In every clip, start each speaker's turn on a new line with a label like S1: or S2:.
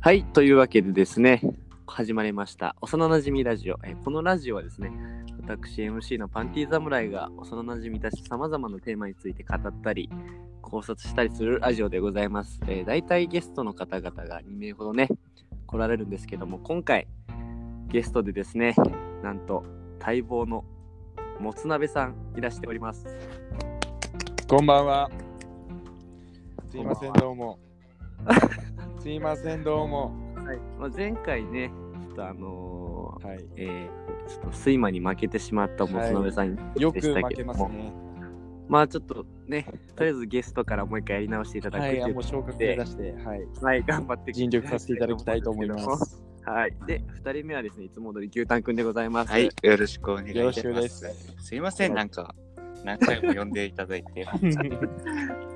S1: はい、というわけでですね、始まりました、幼なじみラジオ。えーこのラジオはですね、私 MC のパンティ侍が幼なじみたち様々なテーマについて語ったり、考察したりするラジオでございます。えー、大体ゲストの方々が2名ほどね、来られるんですけども、今回、ゲストでですね、なんと、待望のもつ鍋さんいらしております。
S2: こんばんは。すいません、
S1: こんばんは
S2: どう も。すいません、どうも。
S1: はいまあ、前回ね、ちょっとあのー
S2: はい。
S1: えーちょっと睡魔に負けてしまったもつ鍋さん
S2: よ
S1: で
S2: く
S1: した
S2: 負
S1: け
S2: け
S1: ども、
S2: ますね。
S1: まあちょっとね、とりあえずゲストからもう一回やり直していただく
S2: は
S1: ってい
S2: い、あ
S1: う
S2: もう昇格目指して、はい。
S1: はい、頑張って
S2: 尽力させていただきたいと思いま。す。
S1: はい、で、2人目はですね、いつも通り牛タンくんでございます。
S3: はい、よろしくお願いい
S2: よろ
S3: た
S2: し
S3: し
S2: く
S3: ま
S2: ですす。
S3: すいません、なんか、何回も呼んでいただ いて。
S1: い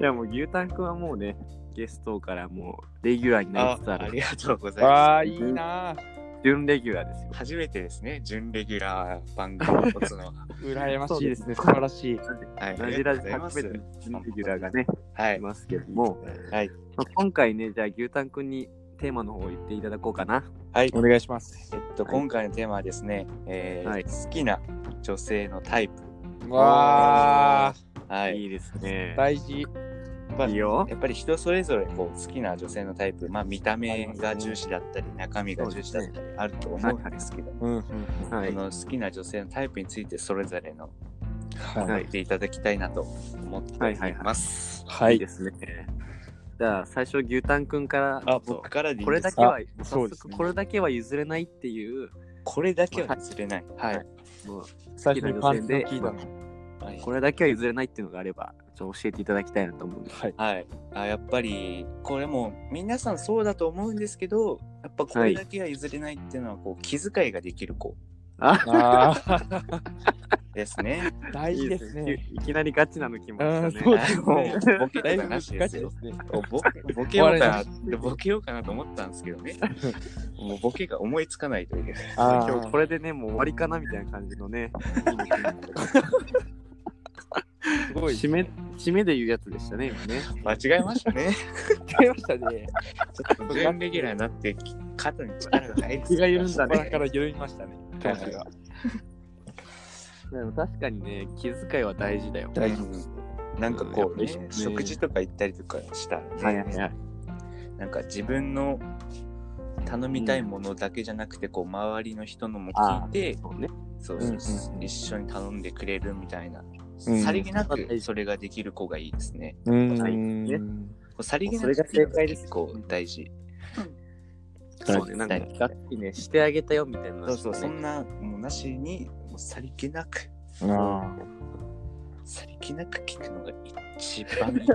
S1: や、もう牛タンくんはもうね、ゲストからもうレギュラーにな
S3: あ
S1: りつつあ
S3: あり
S1: る、
S3: がとうござい ま
S2: わあ、いいなあ。
S1: 準レギュラーですよ
S3: す。。初めてですね、準レギュラー番組を持つの は。
S2: 羨ましいですね、
S1: そ
S2: 素
S1: うです
S2: 晴らしい。
S3: はい、
S1: ラジラジ
S3: ありがと
S1: 初め
S3: う
S1: て
S3: ござい
S1: の準
S3: ます
S1: レギュラーがね、
S3: はいい、
S1: ますけども、
S3: はい、
S1: まあ今回ね、じゃあ牛タンくんにテーマの方を言っていただこうかな。
S3: はい。
S2: お願いします。
S3: えっと、今回のテーマはですね、えー
S1: はい
S3: 好きな女性のタイプ。
S2: わあ、
S3: はい。
S1: いいですね。
S2: 大事。
S3: まあ
S1: いいよ。
S3: やっぱり人それぞれこう好きな女性のタイプ、まあ、見た目が重視だったり、中身が重視だったりあると思うんですけど、
S2: うん、うん。
S1: はい
S3: そ。の好きな女性のタイプについてそれぞれの
S2: は。
S3: や
S1: はい
S3: っいていただきたいなと思っております。
S2: はい
S1: い
S2: い
S1: で。すね。じゃあ最初牛タンくんから
S3: あ、僕からでいい
S1: これ
S3: で
S1: だけ
S3: すか
S1: は
S2: あそ
S1: 早
S2: うです
S1: 速
S2: ね
S1: これだけは譲れないっていう
S3: これだけはずれない。はい。
S1: もう
S2: 最初にパンツの聞いたの。
S3: はい
S1: これだけは譲れないっていうのがあればちょっと教えていただきたいなと思うんです。
S2: はい。
S3: はい、あやっぱりこれもう皆さんそうだと思うんですけどやっぱこれだけは譲れないっていうのはこう気遣いができる子
S1: あ
S2: ああ、
S3: ですね。
S2: 大事ですね。
S1: いきなりガチなの来ま
S2: う
S1: し
S2: ん、
S1: た
S2: そう
S1: ね。
S2: です
S3: も
S2: ね。
S3: うボケと
S2: だい
S3: か
S2: ぶ難
S3: な
S2: し
S3: し
S2: い
S3: で
S2: ですす
S3: よ。
S2: ね。
S3: ボボケようかなボケようかなと思ったんですけどね。もうボケが思いつかないという。
S2: あ
S1: 今 日こ
S2: れ
S1: れでねもう終わりかなみたいな感じのね。
S2: すごい。
S1: 締め締めで言うやつでしたね今ね。
S3: 間違えましたね。
S2: 違いましたね。
S3: ちょっと準レギュラーになって肩に力が入りすぎ
S1: 気が緩んだ
S2: こ
S1: ね
S2: こらから緩みましたね。
S3: はい
S2: 話が。
S1: でも確かにね気遣いは大事だよ。
S3: 大事ですなんかこう、ね
S1: うん
S3: 食事とか行ったりとかしたらね、
S1: はいはいはい。
S3: なんか自分の頼みたいものだけじゃなくて、こう周りの人のも聞いて、
S1: そうね。
S3: そう
S2: うんうんうん
S3: 一緒に頼んでくれるみたいな、
S2: うん
S3: さりげな
S1: それは大
S3: く
S1: 事
S3: それができる子がいいですね。
S2: う
S1: ね
S2: ーん。
S3: こうさりげなくっていうの結構大事。
S1: そうねなんかがっつりねしてあげたよみたいな。
S3: そうそう、そんなもうなしに、もうさりげなく、
S2: あ
S3: さりげなく聞くのが一番いい。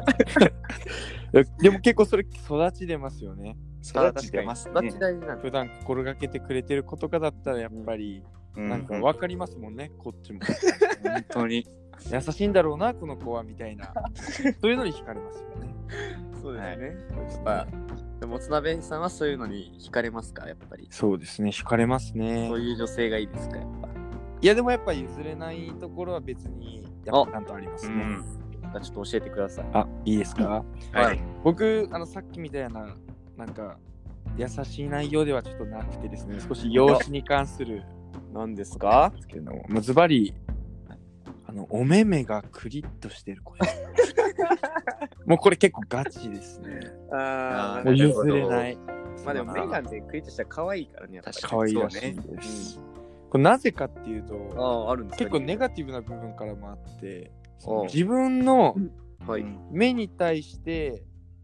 S2: でも結構それ育ち出ますよね。
S3: 育ち出ます
S1: どっ
S3: ね
S1: ち。大事なの
S2: 普段心がけてくれてることかだったらやっぱり
S3: う
S2: なんか分かりますもんね、こっちも。
S3: 本当に。
S2: 優しいんだろうな、この子はみたいな。そういうのに惹かれますよね。
S1: そう
S3: です
S1: ね。やっぱ、でもつなべんさんはそういうのに惹かれますか、やっぱり。
S2: そうですね、惹かれますね
S1: そういう女性がいいですか、やっ
S2: いやでもやっぱ譲れないところは別にやっぱちゃんとありますね。
S1: ぱ。ちょっと教えてください。
S2: あ、いいですか
S3: はい。
S2: 僕あのさっきみたいななんか優しい内容ではちょっとなくてですね少し容姿に関する
S1: 何です
S2: なんですけれどもまあズバリあのお目目がクリッとしてる子 ですもうこれ結構ガチですね
S1: あ
S2: も
S3: ー
S2: う
S3: なる
S2: 譲
S3: ほど
S2: れない
S1: まあでも、
S3: そ
S1: メ
S3: う
S1: ガ
S3: だな
S1: ネクリッとしたら可愛いからね、やっぱり
S3: 確か
S2: 可愛らしいです、これなぜかっていうと
S1: ああ、あるんですか
S2: 結構ネガティブな部分からもあって
S1: おう
S2: 自分の
S1: はい。
S2: 目に対して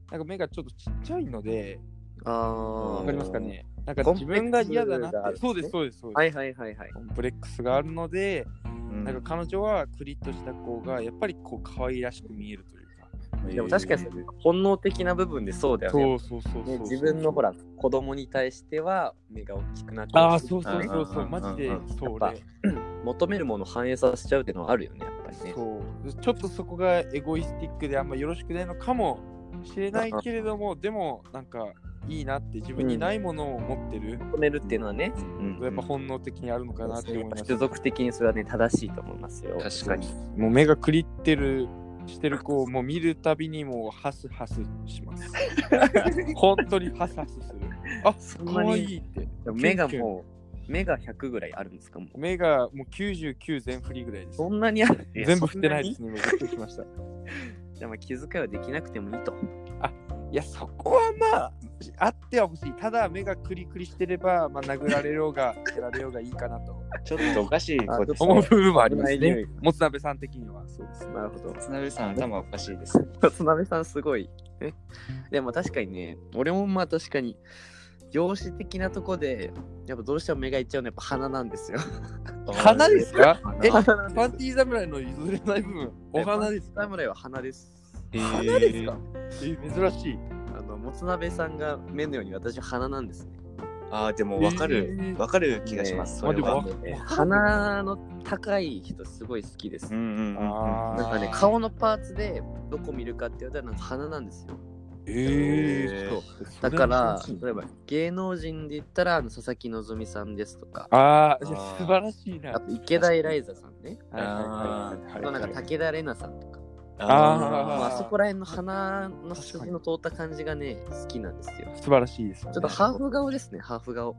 S2: なんか目がちょっとちっちゃいので
S1: ああ。
S2: わかりますか。ねなん
S1: コ
S2: か
S1: ンプ
S2: 自
S1: レックス
S2: 分が嫌だな
S1: があ
S2: っ
S1: るんです
S2: て
S1: ね
S2: そうですそうですそうです、
S1: はいはいはいはい。
S2: コンプレックスがあるので、
S3: な
S2: なんか彼女はクリッとした子がやっぱりこう可愛らしく見えるというか。
S1: でも確かに
S3: えー
S1: 本能的な部分でそうだよね。
S2: そうそうそうそう
S1: ね自分のほら、子供に対しては目が大きくなって
S2: あ
S1: ほ
S2: あ、
S1: しい
S2: そうそうそうそう、
S3: うん
S2: マジで
S3: うんうん
S2: そう
S1: やっ
S2: ね。
S1: 求めるものを反映させちゃうっていうのはあるよね、やっぱりね。
S2: そう。ちょっとそこがエゴイスティックであんまよろしくないのかもしれないけれども、でもなんかいいなって自分にないものを持ってる、
S1: 求めるっていうのはね、
S3: うん
S2: やっぱ本能的にあるのかなって思います。
S1: 種族的にそれはね正しいと思いますよ。
S3: 確かに。
S2: もう目がクリってるしてる子を もう見るたびにもうハスハスします。本当にハスハスする。あ
S1: そん
S2: 可
S1: なに
S2: 愛いって。
S1: 目がもう、目が100ぐらいあるんですかもう。
S2: 目がもう99全振りぐらいです。
S1: そんなにある
S2: 全部振ってないです
S1: す。
S2: ね。今振ってきました。い
S1: じゃあまあ気遣いはできなくてもいいと。
S2: や、そこはまあ、あってはほしい。ただ、目がクリクリしてれば、まあ、殴られようが、蹴られようがいいかなと。
S3: ちょっとおかしいこ
S1: あちょ
S3: と
S1: っと
S2: 思う部分もあり
S1: 危
S2: ま
S1: な
S2: す
S1: い
S2: ね
S1: ね。
S2: もつ鍋さん的には。そうですね。
S1: なるほど。
S3: つなべさん頭おかしいです。
S1: 渡辺さんすごい。ね、でも確かにね、俺もまあ確かに、業種的なとこで、やっぱどうしても目がいっちゃうのはやっぱ鼻なんですよ。
S2: 花ですかえ、
S1: 鼻なん
S2: パンティー侍の譲れない部分、お花ですか
S1: 侍は鼻です。
S3: え
S2: 花ですかえ、珍しい。
S1: あの、もつ鍋さんが目のように私は鼻なんですね。
S3: ああ、でもわか
S2: え
S3: る
S2: ー。
S3: わかる気がします。
S1: ね
S3: それは
S2: あで。
S1: え鼻の高い人すごい好きです。
S3: うんうんうんうん。
S1: なんかね、
S2: あー
S1: 顔のパーツでどこ見るかって言われたらなんか鼻なんですよ。
S2: え
S1: そう
S2: ー
S1: だから
S2: それ、
S1: 例えば芸能人で言ったらあの佐々木希さんですとか、
S2: ああ、いや
S3: あー
S2: 素晴らしいな。
S1: あと池田エライザさんね、
S2: はいはいはいはい
S1: あとなんか武田玲奈さんとか、
S2: あー
S1: まあ
S3: あ
S1: あそこら辺の鼻の筋の通った感じがね、好きなんですよ。
S2: 素晴らしいです、ね。
S1: ちょっとハーフ顔ですね、ハーフ顔。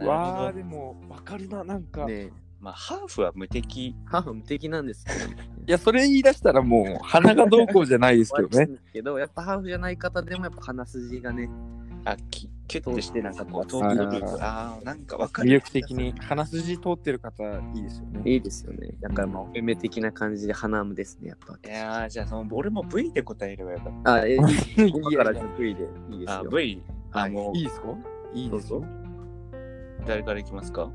S3: あ。
S2: わ
S3: わ
S2: あ、
S3: あ。
S2: でも、わかるな、なんか。
S1: ね、
S3: まあ、ハーフは無敵。
S1: ハーフ無敵なんですけど、。
S2: いや、それ言い出したらもう、鼻がどうこうじゃないですけどね。
S1: けど、やっぱハーフじゃない方でもやっぱ鼻筋がね、
S3: あ、きキュッとして、なんかこう、遠
S2: はい
S3: く
S2: はい
S3: の
S2: はい
S3: 部分ああ、なんかわか
S2: 魅
S3: る。
S2: 力的に、鼻筋通ってる方、いいですよね。
S1: いいですよね。だからまあ、お目目的な感じで鼻むですね、やっぱ
S3: い。やーじゃあその、俺も V で答えればよかっ
S1: あ、え、いい
S2: い
S1: 今
S2: や
S1: から
S2: いや
S1: 得意でいいです
S3: た。あ
S1: よ。
S3: V。あ、も、
S2: いういですかいい
S1: ど
S2: で
S1: う
S2: すよ
S1: ぞ。。
S3: 誰からいきますか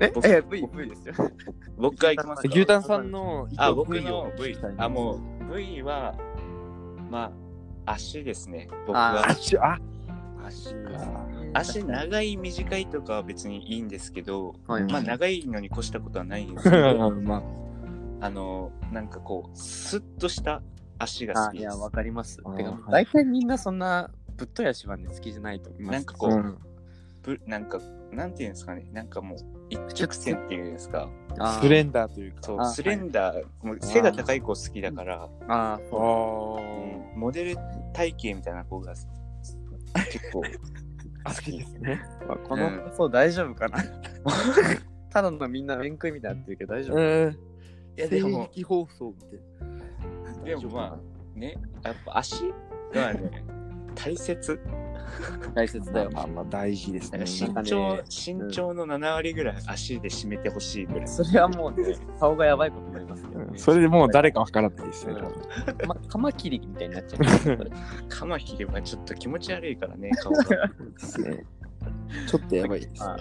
S1: え
S3: 僕
S1: え、V、V ですよ。
S3: 僕からいきますか
S2: 牛タンさんの意見
S3: あ、僕
S2: を
S3: の
S2: 聞
S3: V
S2: きたい。
S3: あ、もう V は、まあ、足ですね。僕
S1: あ
S3: は。
S2: 足、あ、
S1: 足
S2: か
S3: 足長い、短いとかは別にいいんですけど、
S1: はい
S3: まあ、長いのに越したことはないんですけ ど、
S2: まあ、
S3: あの、なんかこう、スッとした足が
S1: あ
S3: 好、き
S1: い
S3: で
S1: や、
S3: す。
S1: わかります
S2: あ。ー
S1: てか
S2: はい、
S1: 大体みんなそんなぶっとい足はね、好きじゃないと思います。
S3: なんかこう
S2: うん
S3: ぶなんか、なんていうんですかね、なんかもう、一直線っていうんですか、
S1: あー
S2: スレンダーというか。
S3: そ
S1: あ
S3: う、
S1: はい
S3: スレンダー、もう背が高い子好きだから、
S1: あー
S2: あ
S1: そう
S3: うんモデル体型みたいな子が結 構、
S2: あ、好きですね。
S1: この
S3: うん
S1: 放送大丈夫かな ただのみんな面食いみたいになってるけど大丈夫
S2: うん。
S3: いやでも
S2: 正義放送みたいな。
S3: でもまあ、ね、やっぱ足が ね、大切。
S1: 大切だよ。
S2: まあまあ大事です
S3: なん
S2: ね
S1: んか
S3: か。身
S1: ね
S3: 長、身長の7割ぐらい足で締めてほしいぐらい。
S1: それはもうね、顔がやばいことになりますけど
S2: う
S1: ね。
S2: んそれでもう誰かわからないですね。
S1: うん
S2: 多分
S1: ま、カマキリみたいになっちゃいますそれ
S3: カマキリはちょっと気持ち悪いから ね、顔が。
S2: ちょっとやばいですね。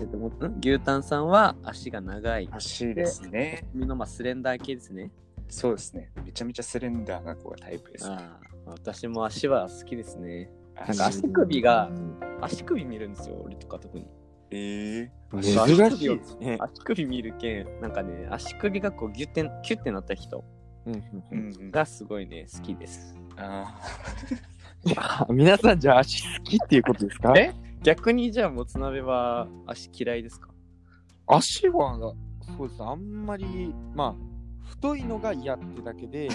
S1: えっともうん牛タンさんは足が長い。
S3: 足ですね。
S1: 身のまあスレンダー系ですね。
S3: そうですね。めちゃめちゃスレンダーな子がタイプです。
S1: ああ、私も足は好きですね。なんか
S3: 足
S1: 足首が、足首見るんですよ、俺とか特に。
S3: えー
S2: 珍しいですね。
S1: 足首見るけん、なんかね、足首がこうギュッて、キュッてなった人
S3: うんうん、
S1: がすごいね、好きです。
S3: あ
S2: あ皆さんじゃあ足好きっていうことですか
S1: え逆にじゃあ、もつ鍋は足嫌いですか
S2: 足はそうですあんまりまあ太いのが嫌ってだけ で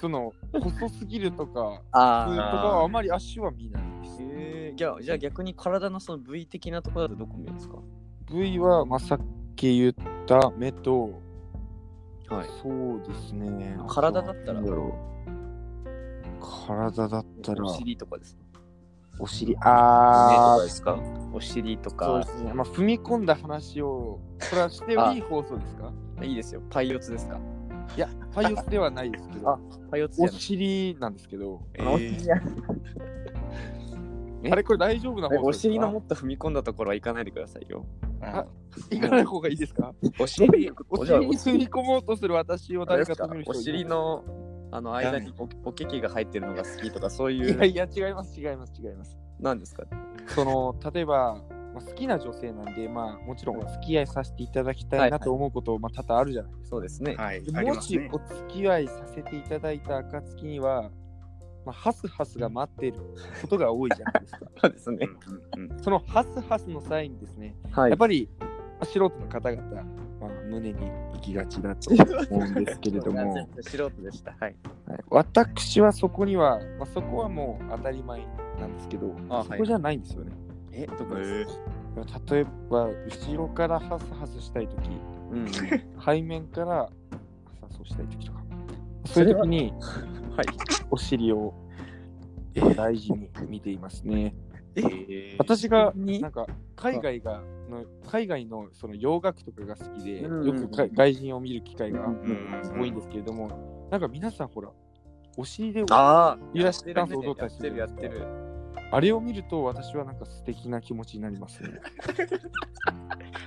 S2: その細すぎるとかそういうとか
S1: あ
S2: はあんまり足は見ないです
S1: えー、じゃあじゃあ逆に体のその部位的なところだとどこ見るんですか
S2: 部位は、まあ、さっき言った目と、
S1: はい。
S2: そうですね
S1: 体だったら
S2: あとはなんだろう体だったら
S1: お尻とかです。
S2: お尻
S3: あ。ね
S2: あ
S3: とか
S2: ー
S3: ですか
S1: お尻と
S2: そう
S1: か
S2: で、すねまあ踏み込んだ話をこれはしてもいい放送ですか
S1: いいですよ。パイオツですか
S2: いやパイオスではないですけど
S1: あパイオツじゃな
S2: お
S1: い。
S2: 尻なんですけど
S3: え
S1: お尻じ
S3: ー
S1: ゃないえ
S2: あれこれ大丈夫な方
S1: お尻のもっと踏み込んだところは行かないでくださいよ。
S3: あ
S2: 行かない方がいいですか
S3: お尻、
S2: お
S1: お
S2: 尻
S1: 尻
S2: に吸い込もうとする私を誰かと見る人
S1: お尻のあの間におおけきが入ってるのが好きとかそう
S2: い
S1: い
S2: るいや
S1: う
S2: いや違います違います違います
S1: なんですか
S2: その例えば、まあ、好きな女性なんでまあもちろんお付き合いさせていただきた
S1: はいいは
S2: ないと思うことまあ多々あるじゃない
S1: そうですね。
S3: はい
S2: で、
S3: あり
S2: も
S3: ます
S2: し
S3: ね
S2: お。付き合いさせていただいた暁にはまあ、ハスハスが待っていることが多いじゃないですか。
S1: そうです
S3: う
S1: ね。
S3: んうんうん
S2: そのハスハスの際にですね、
S1: は
S2: やっぱりまあ素人の方々、まあ、胸に行きがちだと思うんですけれ ども、はい、
S3: 素人でした。はい。
S2: 私はそこには、まあ、そこはもう当たり前なんですけど、
S3: あ
S2: そこじゃないんですよね。
S3: え、どこです
S1: え
S3: か
S2: 例えば、後ろからハスハスしたいとき、
S1: うん。
S2: 背面からハスハスをしたいときとか、
S3: そ
S2: そうい
S3: れ
S2: う
S3: は
S2: ときに
S1: はい。
S2: お尻を大事に見ていますね。
S1: えー
S2: 私が
S3: に
S2: なんか海外がの海外のその洋楽とかが好きで、
S1: うん
S2: よくか外人を見る機会が
S3: うん
S2: 多いんですけれども、なんか皆さんほら、お尻で
S1: ああ、
S2: 揺らしてダンス踊った
S3: や
S2: り
S3: っ
S2: する
S3: てる
S2: じゃ
S3: や
S2: な
S3: っ
S2: い
S3: て
S2: ですか
S3: る。
S2: あれを見ると私はなんか素敵な気持ちになりますね。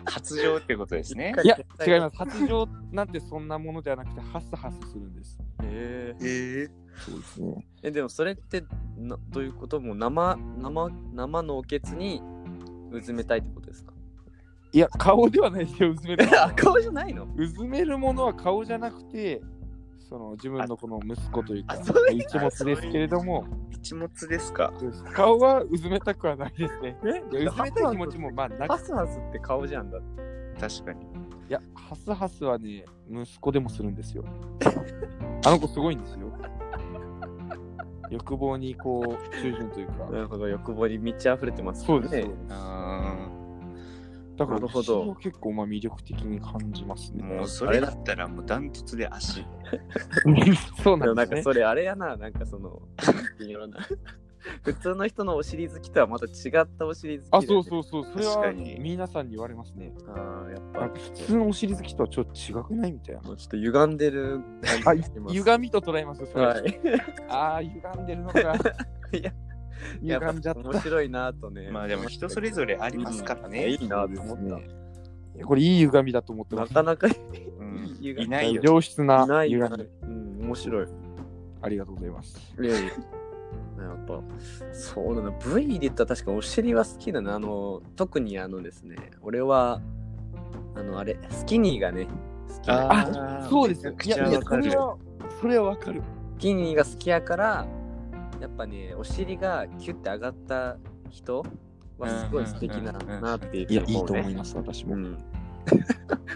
S3: 発情ってことですね。
S2: いや、違います。発情なんてそんなものではなくて、ハスハスするんです。
S1: えー
S3: え
S2: そうですね。
S1: え、でもそれってなどういうこともう生生生のおけつにうずめたいってことですか
S2: いや、顔ではないですよ、うずめるのは。
S1: 顔じゃないの
S2: うずめるものは顔じゃなくて、その自分のこの息子というか、
S3: あ
S2: 一
S3: そういう
S2: 物ですけれども、
S3: 一物ですか。
S2: 顔はうずめたくはないですね。い
S1: え
S2: やうずめたい気持ちもまあな
S1: ハ
S2: く、
S1: スハスって顔じゃんだって。
S3: 確かに。
S2: いや、ハスハスはね、息子でもするんですよ。あの子すごいんですよ。欲望にこう、従順というか。
S1: なるほど、欲望に満ち溢れてます、
S2: そうですよ。
S3: あ
S2: だから、
S1: なるほど
S2: 私は結構まあ魅力的に感じます
S3: ー
S2: ね。
S3: もうそれだったらもうダントツで足。
S2: そう
S1: で
S2: な
S1: も
S2: ん
S1: なん
S2: です
S1: か
S2: ね。
S1: それあれやな、なんかその、なんていうのかな普通の人のお尻好きとはまた違ったお尻好き
S2: あ、そう
S1: う。
S2: そうそう。それ
S3: 確
S2: は
S3: かに
S2: 皆さんに言われますね。
S1: あーやっ
S2: な
S1: ぱ
S2: んか普通のお尻好きとはちょっと違くないみたいな。
S1: もうちょっと歪んでる
S2: あ
S1: 感じがします。
S2: 歪みと捉えます、それ。
S1: はい。
S2: ああ、歪んでる のか。
S1: い や
S2: 歪んじゃっ
S1: やぱ面白いなとね。
S3: まあでも人それぞれありますから
S1: うんい
S3: ね。
S1: いなと思った。
S2: た。これいい歪みだと思ってま
S1: な
S2: す。
S1: かなかい
S3: うん
S1: い
S3: いないよ。
S2: 良質な
S1: ない
S2: 歪
S1: な。
S2: み。
S1: うん、面白い。
S2: ありがとうございます。
S1: いやいや。やっぱそうだな V で言ったら確かお尻は好きだなあの特にあのですね俺はあのあれスキニーがね好きな
S3: あー
S2: そうです。
S3: め
S2: い
S3: ちゃくち
S2: や、
S3: ゃ
S2: いや
S3: わ
S2: そ
S3: かる
S2: れは、それはわかる。
S1: スキニーが好きやからやっぱねお尻がキュッて上がった人はすごい素敵な
S3: うんうんうんうん
S1: なっていう
S2: いや、いい
S1: 思
S2: と
S1: うね
S2: 思います、私
S1: う
S2: も。
S1: ん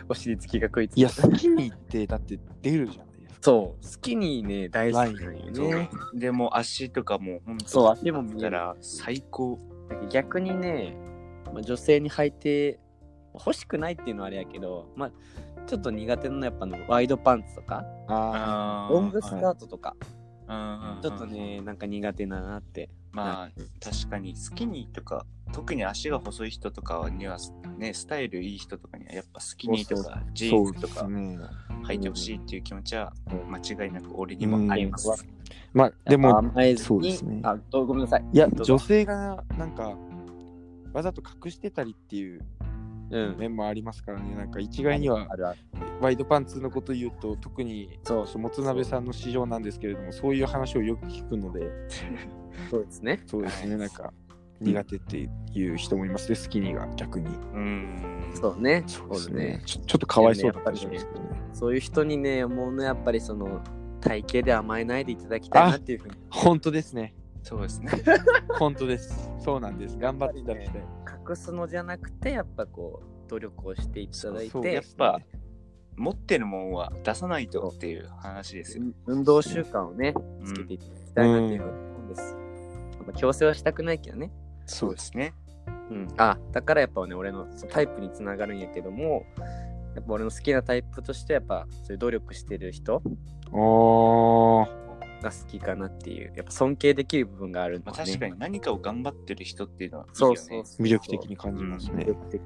S1: お尻つきが食いつ
S2: いや、好きに行って、だって出るじゃないですか。
S1: そうスキニーね大好きなんよ
S3: そう
S1: ね
S3: でも足とかも本当
S1: そう足も見える
S3: だから最高。
S1: 逆にね、まあ、女性に履いて欲しくないっていうのはあれやけど、まあ、ちょっと苦手なのはやっぱあのワイドパンツとか
S2: あ
S3: あー
S1: ロングスカートとか、
S3: うん
S1: ちょっと。ねなんか苦手だなって
S3: まあ確かにスキニーとか特に足が細い人とかにはねスタイルいい人とかにはやっぱスキニーとか
S2: あ、
S3: ジ
S2: そ
S3: ー
S2: う
S3: ンズ
S2: で
S3: と
S2: す
S3: か
S2: ね。
S3: 履いてほしいっていう気持ちは間違いなく俺にもあります。
S2: まあ、でも、
S1: 甘えずに
S2: そうですね
S1: あどうごめんなさい
S2: いや、
S1: どう
S2: 女
S1: ぞ
S2: 性がなんか、わざと隠してたりっていう
S1: うん
S2: 面もありますからね、なんか一概には
S1: あるある
S2: ワイドパンツのこと言うと、特に
S1: そう
S2: そうもつ鍋さんの市場なんですけれども、そういう話をよく聞くので、
S1: そうですね
S2: そうですね、
S3: はい
S2: なんか苦手っていう人もいますね、スキニーが逆に。
S3: うん。
S1: そうねそう
S2: で
S1: ですす
S2: ね
S1: ね
S2: ちょちょっとかわいそうだったりしますけどね。
S1: そういう人にね思うのはやっぱりその体型で甘えないでいただきたいなっていうふうに
S2: 本当ですね。
S3: そうですね。
S2: 本当です。そうなんです。頑張っていただきたい。
S1: 隠すのじゃなくてやっぱこう努力をしていただい
S2: そうそう
S1: て
S3: やっぱ持ってるもんは出さないとっていう話ですよ。
S1: 運動習慣をね
S3: うん
S1: つけていただきたいなっていうふうに思うんです、まあ強制はしたくないけどね、
S3: そうですね。
S1: うん、あだからやっぱね俺のそのタイプにつながるんやけどもやっぱ俺の好きなタイプとしてやっぱそういう努力してる人
S2: おー。
S1: が好きかなっていうやっぱ尊敬できる部分があるん
S3: ま
S1: だ
S3: あ、
S1: ね、
S3: 確かに何かを頑張ってる人っていうのはいいよ
S1: そ
S3: ね。
S1: うそうそう
S2: 魅力的に感じます
S1: 魅
S2: ね。
S1: 力的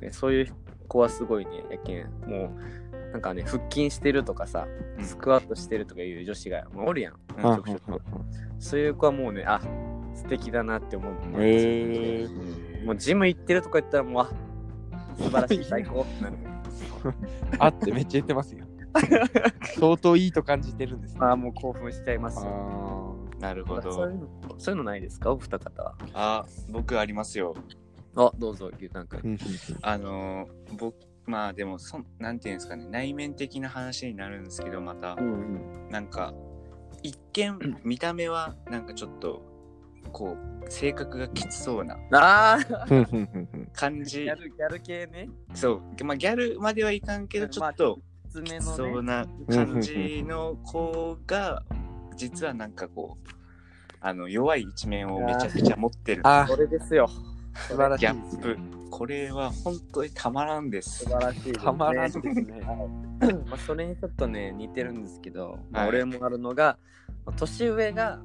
S1: えそういう子はすごいねやけんもうなんかね腹筋してるとかさ
S3: うん
S1: スクワットしてるとかいう女子が、まあおるやん
S3: うん
S2: うん
S1: 直接そういう子はもうねあ素敵だなって思うもんね
S2: へえ
S1: もうジム行ってるとか言ったらもうあ素晴らしい最 高ってなるもん
S2: あってめっちゃ言ってますよ。相当いいと感じてるん ですね。
S1: ああもう興奮しちゃいますよ
S2: あ
S3: なるほ
S1: そう
S3: ど
S1: い。うのそういうのないですかお二方は
S3: あ、僕ありますよ。
S1: あどうぞ牛タン君
S2: ー
S3: あのー、僕、まあでもそん、なんていうんですかね、内面的な話になるんですけど、また
S1: う、ん
S3: なんか、一見見た目はなんかちょっとこう性格がきつそうな
S1: あ
S2: ふんふんふんふん
S3: 感
S1: ギ
S3: じ
S1: ャルギャル系ね。
S3: そうまあギャルまではいかんけどちょっと
S1: きつめ
S3: き
S1: の、
S3: つ
S1: ね。
S3: そうな感じの子が実はなんかこうあの弱い一面をめちゃくちゃ持ってる
S2: あ
S1: それですよ。
S2: 素晴らし
S3: ギャ
S2: いです
S3: ッ
S2: ね
S3: プこれは本当にたまらんで
S1: 素
S3: す
S1: 晴らしいです、ね。
S2: たまらんですね
S1: まあ、それにちょっとね似てるんですけど、まあ
S3: はい
S1: 俺もあるのが、まあ年上が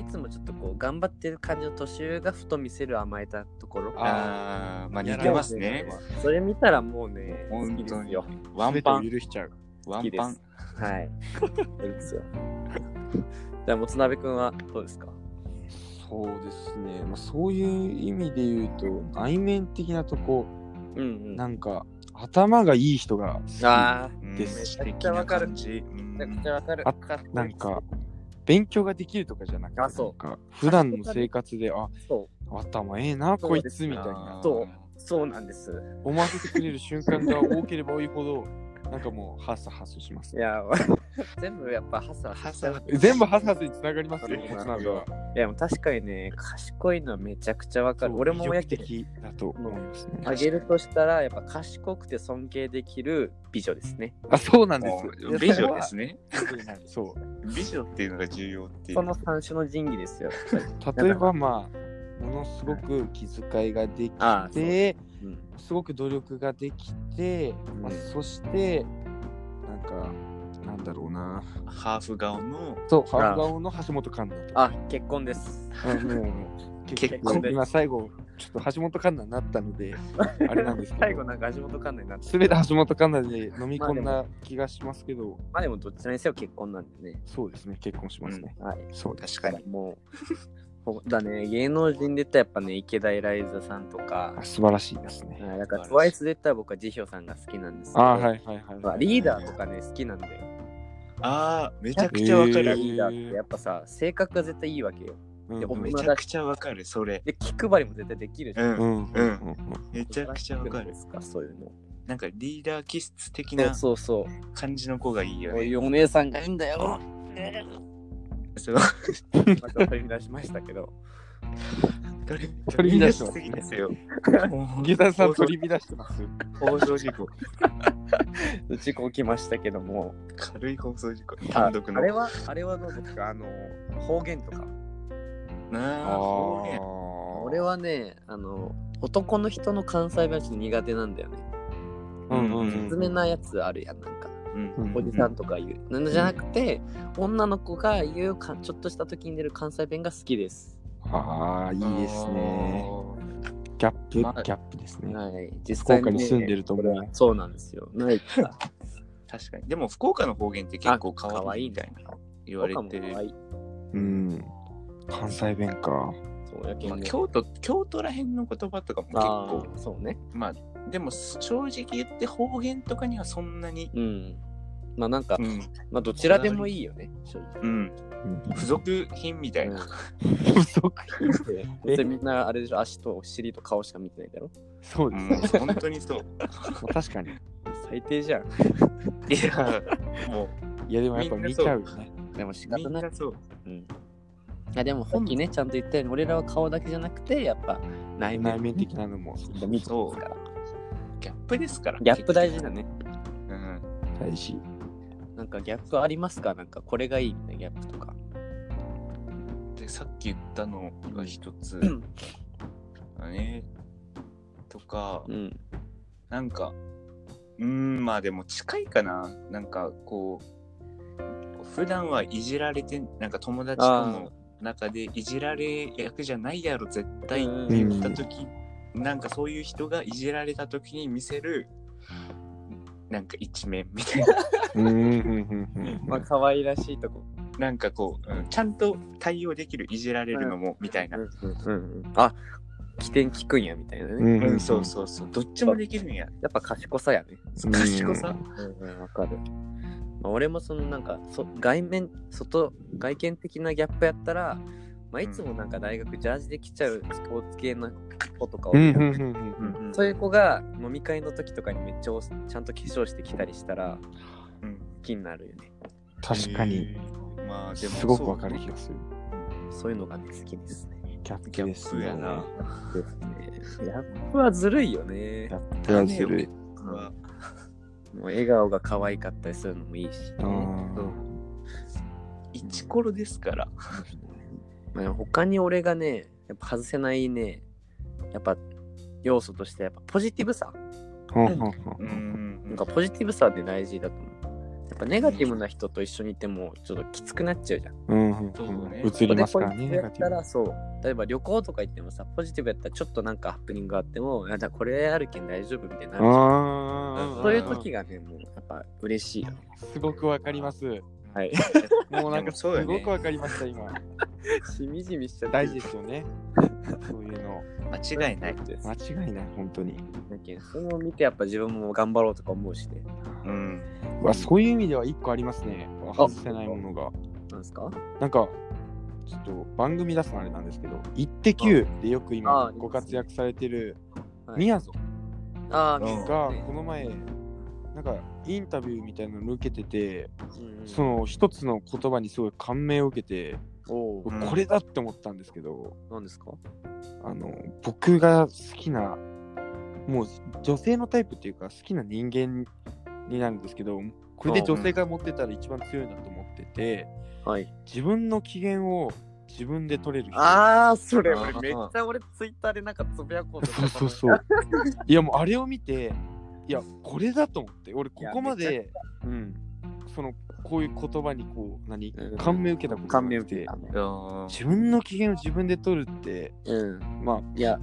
S1: いつもちょっとこう頑張ってる感じの年上がふと見せる甘えたところ
S3: あーまあ似てますね
S1: それ見たらもうね好
S3: 本
S1: きで
S3: 当
S1: す
S3: に
S1: よ
S3: ワンパン
S2: 全てを許しちゃう
S3: ワ
S1: き
S3: ン
S1: です
S3: パン
S1: はいそうですよじゃあもつなべくんはどうですか
S2: そうですね、まあ、そういう意味で言うと内面的なとこ
S1: うんうん
S2: なんか頭がいい人が好き
S1: あー
S3: うん
S2: です
S1: めちゃくちゃわかる
S3: 素敵
S1: め
S3: な
S1: ちゃく
S3: 感じ
S1: ちゃわかる
S2: あなんか勉強ができるとかじゃなくて
S1: あそう
S2: なんか普段の生活であ
S1: そ
S2: 頭ええな
S1: そう
S2: こい
S1: です
S2: つみたい
S3: あ
S2: な
S3: ー
S1: そううそうなんです
S2: 思わせてくれる瞬間が多ければ多いほどなんかもうハスハスします
S1: いや 全部やっぱハサ
S3: ハサ
S2: 全部ハスハスにつながりますよ
S1: なるほ
S2: も
S1: ど
S2: つ鍋はい
S1: やもう確かにね賢いのはめちゃくちゃわかる
S2: そう
S1: 俺も親
S2: 魅力
S1: 切
S2: 的だと思いますね
S1: あげるとしたら、やっぱ賢くて尊敬できる美女ですね。
S2: あそうなんで
S3: も
S2: す
S3: う美女ですね
S2: ね そう
S3: 美女っていうのが重要っていう
S1: その三種の神器ですよ。
S2: 例えばまあものすごく気遣いができ
S1: ああそう
S2: て
S1: うん、
S2: すごく努力ができて、まあ、
S1: うん
S2: そしてなんかなんだろうな
S3: ハーフ顔の
S2: そうハーフ顔の橋本環奈と
S1: あ、結婚です。
S2: うんもう
S3: 結
S2: 結
S1: 婚
S2: 婚
S1: で
S2: 今最後ちょっと橋本環奈になったの であれなんですけ
S1: 最後
S2: ど
S1: なんか橋本環奈になって
S2: 全て橋本環奈で飲み込んだ気がしますけど、
S1: まあでもどっちにせよ結婚なんでね。
S2: そうですね結婚しますね、
S1: はい。
S2: そうです
S3: 確かに
S1: もう、そうだね、芸能人で言ったらやっぱね、池田エライザさんとか
S2: あ、素晴らしいですね、
S1: はいだから TWICE で言ったら僕はジヒョさんが好きなんですけど、
S2: ああはいはいはい、
S1: まあリーダーとかね、好きなんだよ。
S3: ああめちゃくちゃわか
S2: へ
S3: る
S1: リーダーってやっぱさ、性格が絶対いいわけよ。
S2: うん
S1: でお
S3: めちゃくちゃわかるそれ
S1: で、気配りも絶対できるし。
S3: う
S2: うんんうんうんうん
S3: めちゃくちゃわかる
S1: ですか、そういうの。
S3: なんかリーダー気質的
S1: そう
S3: な
S1: そうそう。
S3: 感じの子がいいよ
S1: こう
S3: ね
S1: いうお姉さんがいいんだよ。
S3: そう
S1: また取り出しましたけ ど。
S3: 取り
S2: 取り乱してますね
S3: 取り乱しすぎですよ
S2: ギターさん取り乱してます。
S3: 放送事故
S1: 事故起きましたけども。
S3: 軽い放送事故単独の
S1: ああれは、あれはどうですかあの、方言とか。
S3: なあ方言
S1: 俺はね、あの、男の人の関西弁はちょっと苦手なんだよね。
S2: うんうんうん
S1: 説明なやつあるやん、なんか。
S3: うん
S1: おじさんとか言う。なんじゃなくて、女の子が言うか、ちょっとした時に出る関西弁が好きです。
S2: ああ、いいですね。ギャップ、
S1: まあ
S2: ギャップですね。
S1: はい。実
S2: 福
S1: 際
S2: 岡
S1: ね
S2: に住んでると思う。
S1: そうなんですよ。ない から。
S3: 確かにでも福岡の方言って結構可
S1: あ可
S3: 愛
S1: 愛
S3: い
S1: い
S3: み
S1: ね
S3: たいな言われて
S1: 他も可
S3: る
S1: 愛い
S2: うん。関西弁か。
S1: そうやけ
S3: ま
S1: どね
S3: あ京都京都ら辺の言葉とかも結
S1: あ
S3: 構
S1: ーそうね。
S3: まあでも正直言って方言とかにはそんなに
S1: うん。まあなんか、
S3: うん、
S1: まあどちらでもいいよね、正直。
S3: うん、付属品みたいな、
S2: 不足。
S1: どうせみんなあれでしょ、足とお尻と顔しか見てないだろ。
S2: そう
S3: う
S2: です
S3: ん
S2: ね。
S3: 本当にそう
S2: まあ確かに。
S1: 最低じゃん。
S3: いやも
S2: いや、でもやっぱ見ちゃうよね。
S1: でも仕
S3: うみ
S1: 方
S3: ん
S1: ない。
S3: なそう
S1: うん、いやでも本気ね、ちゃんと言ったように、俺らは顔だけじゃなくて、やっぱ内面
S2: 内面的なのも
S1: が見てますから。
S3: ギャップですから
S1: ギャップ大事だね。
S3: 結局うん
S2: 大事。
S1: なんかギャップありますかなんかこれがいいみたいなギャップとか。
S3: でさっき言ったのが一つ
S1: ん
S3: だねとか
S1: うん。
S3: なんかうーんまあでも近いかななんかこう普段はいじられてなんか友達との中でいじられ役じゃないやろ絶対って言った時、なんかそういう人がいじられた時に見せるなんか一面みたいな
S2: うんうんうんうん
S1: まあ可愛らしいとこ。
S3: なんかこう、うんちゃんと対応できるいじられるのもみたいな、
S1: うん。あ起点聞くんやみたいなね。や
S2: うん。
S3: う、
S2: うんん
S3: そうそうそうどっちもできるんや
S1: っぱ賢さやね。
S2: うん
S3: 賢さ、
S1: うんうん、わかる。まあ、俺もそのなんかそ外面外外見的なギャップやったら、まあ、いつもなんか大学ジャージで来ちゃうスポーツ系の子とかを、
S2: うんうんうんうん
S3: うん
S1: そういう子が飲み会の時とかにめっちゃおちゃんと化粧してきたりしたら
S3: うん
S1: 気になるよね。
S2: 確かに。
S3: まあでも
S2: すごくわかる
S3: そう
S2: 気がする。
S1: そういうのが、ね、好きですね。
S2: キャッ
S3: ギ
S2: プ
S3: ャ
S2: です
S3: ッ
S2: ね
S3: プやな。
S1: ですね。やっぱずるいよね
S2: ギャ。ップ
S1: ダ
S2: は
S1: メよ
S2: ずるい。
S3: 僕は
S1: もう笑顔が可愛かったりするのもいいし。
S2: うん
S1: そう
S3: 一コロですから。
S1: まあ、他に俺がね、やっぱ外せないね、やっぱ要素としてやっぱポジティブさ。
S2: ほんほんほん
S3: うん
S1: なんかポジティブさって大事だと思う。やっぱネガティブな人と一緒にいてもちょっときつくなっちゃうじゃん。
S2: うんうん
S3: そうね
S2: うん。映りますからね、
S1: ここでこう
S2: ネ
S1: や
S2: ガ
S1: っ
S2: ティ
S1: た
S2: ブ
S1: らそう。例えば旅行とか行ってもさ、ポジティブやったらちょっとなんかハプニングがあっても、いやだからこれあるけん大丈夫みたいになるじゃん。
S2: あー
S1: そういう時がね、もうやっぱ嬉しいよね。
S2: すごくわかります。
S1: はい。
S2: もうなんか
S3: でも
S2: す
S3: そうよ
S2: ご
S3: ね
S2: くわかりました、今。
S1: しみじみしちゃ
S2: 大事ですよね。そういうの。
S3: 間違いない。
S1: です。
S2: 間違いない、本当に。
S1: だけどそれを見てやっぱ自分も頑張ろうとか思うしね。
S3: うん。
S2: うわそういう意味では一個ありますね。外せないものが。
S1: なんですか
S2: なんか、ちょっと番組出すのあれなんですけど、イッテ Q でよく
S1: あ
S2: 今
S1: ー
S2: ご活躍されてる
S1: はい
S2: みやぞ
S1: ああ、
S3: うん
S2: がこの前、なんかインタビューみたいなの受けてて、
S1: うん
S2: その一つの言葉にすごい感銘を受けて、
S1: おお
S2: こ
S3: ん
S2: れだって思ったんですけど、
S1: 何ですか
S2: あの、僕が好きな、もう女性のタイプっていうか好きな人間になるんですけど、これで女性が持ってたら一番強いなと思ってて、
S1: はい。
S2: 自分の機嫌を自分で取れる人
S1: ああ、それ
S3: あ
S1: 俺
S3: ー
S1: めっちゃ俺ツイッターでなんかつぶやこうと
S2: そうそう
S1: う。
S2: そう いやもうあれを見ていやこれだと思って俺ここ
S1: い
S2: ま
S1: や
S2: でうんそのこういう言葉にこう何
S1: うん
S2: 感銘を受けたことが
S1: 感
S2: な
S1: 銘
S2: く
S1: 受け
S2: て
S1: たね。
S2: 自分の機嫌を自分で取るって
S1: うん。
S2: まあ
S1: いや、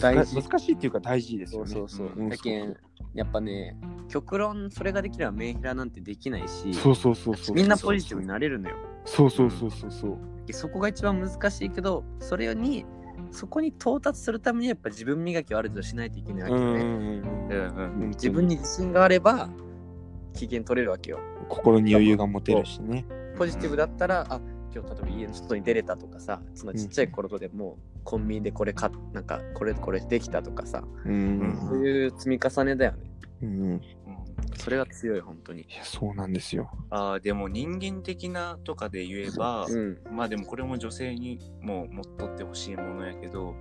S1: 大
S2: 難
S1: 事
S2: 難しいっていうか大事です
S1: そ
S2: よ
S1: う
S2: ね
S1: そうそう。
S2: うん
S1: だけん、やっぱね、極論それができればメンヘラなんてできないし、
S2: そうそうそうそう
S1: みんなポジティブになれるのよ。
S2: そうそうそうそうそう
S1: でそこが一番難しいけど、それに、そこに到達するためにはやっぱ自分磨きをある程度しないといけないわ
S2: う
S1: けよ
S2: ん
S1: ね。
S2: うん
S3: う
S2: うん
S3: んうん。
S2: うん
S1: 自分に自信があれば機嫌取れるわけよ。
S2: 心に余裕が持てるしね
S1: ポジティブだったら、あ今日例えば家の外に出れたとかさ、そのちっちゃい頃とでも、コンビニでこれ買っなんかこれこれできたとかさ、
S2: うん
S1: そういう積み重ねだよね。
S2: うんい
S3: うん
S1: それが強い、本当に。
S2: やそうなんですよ
S3: ああ、でも人間的なとかで言えば、
S1: うん。
S3: まあでもこれも女性にも持っとってほしいものやけど、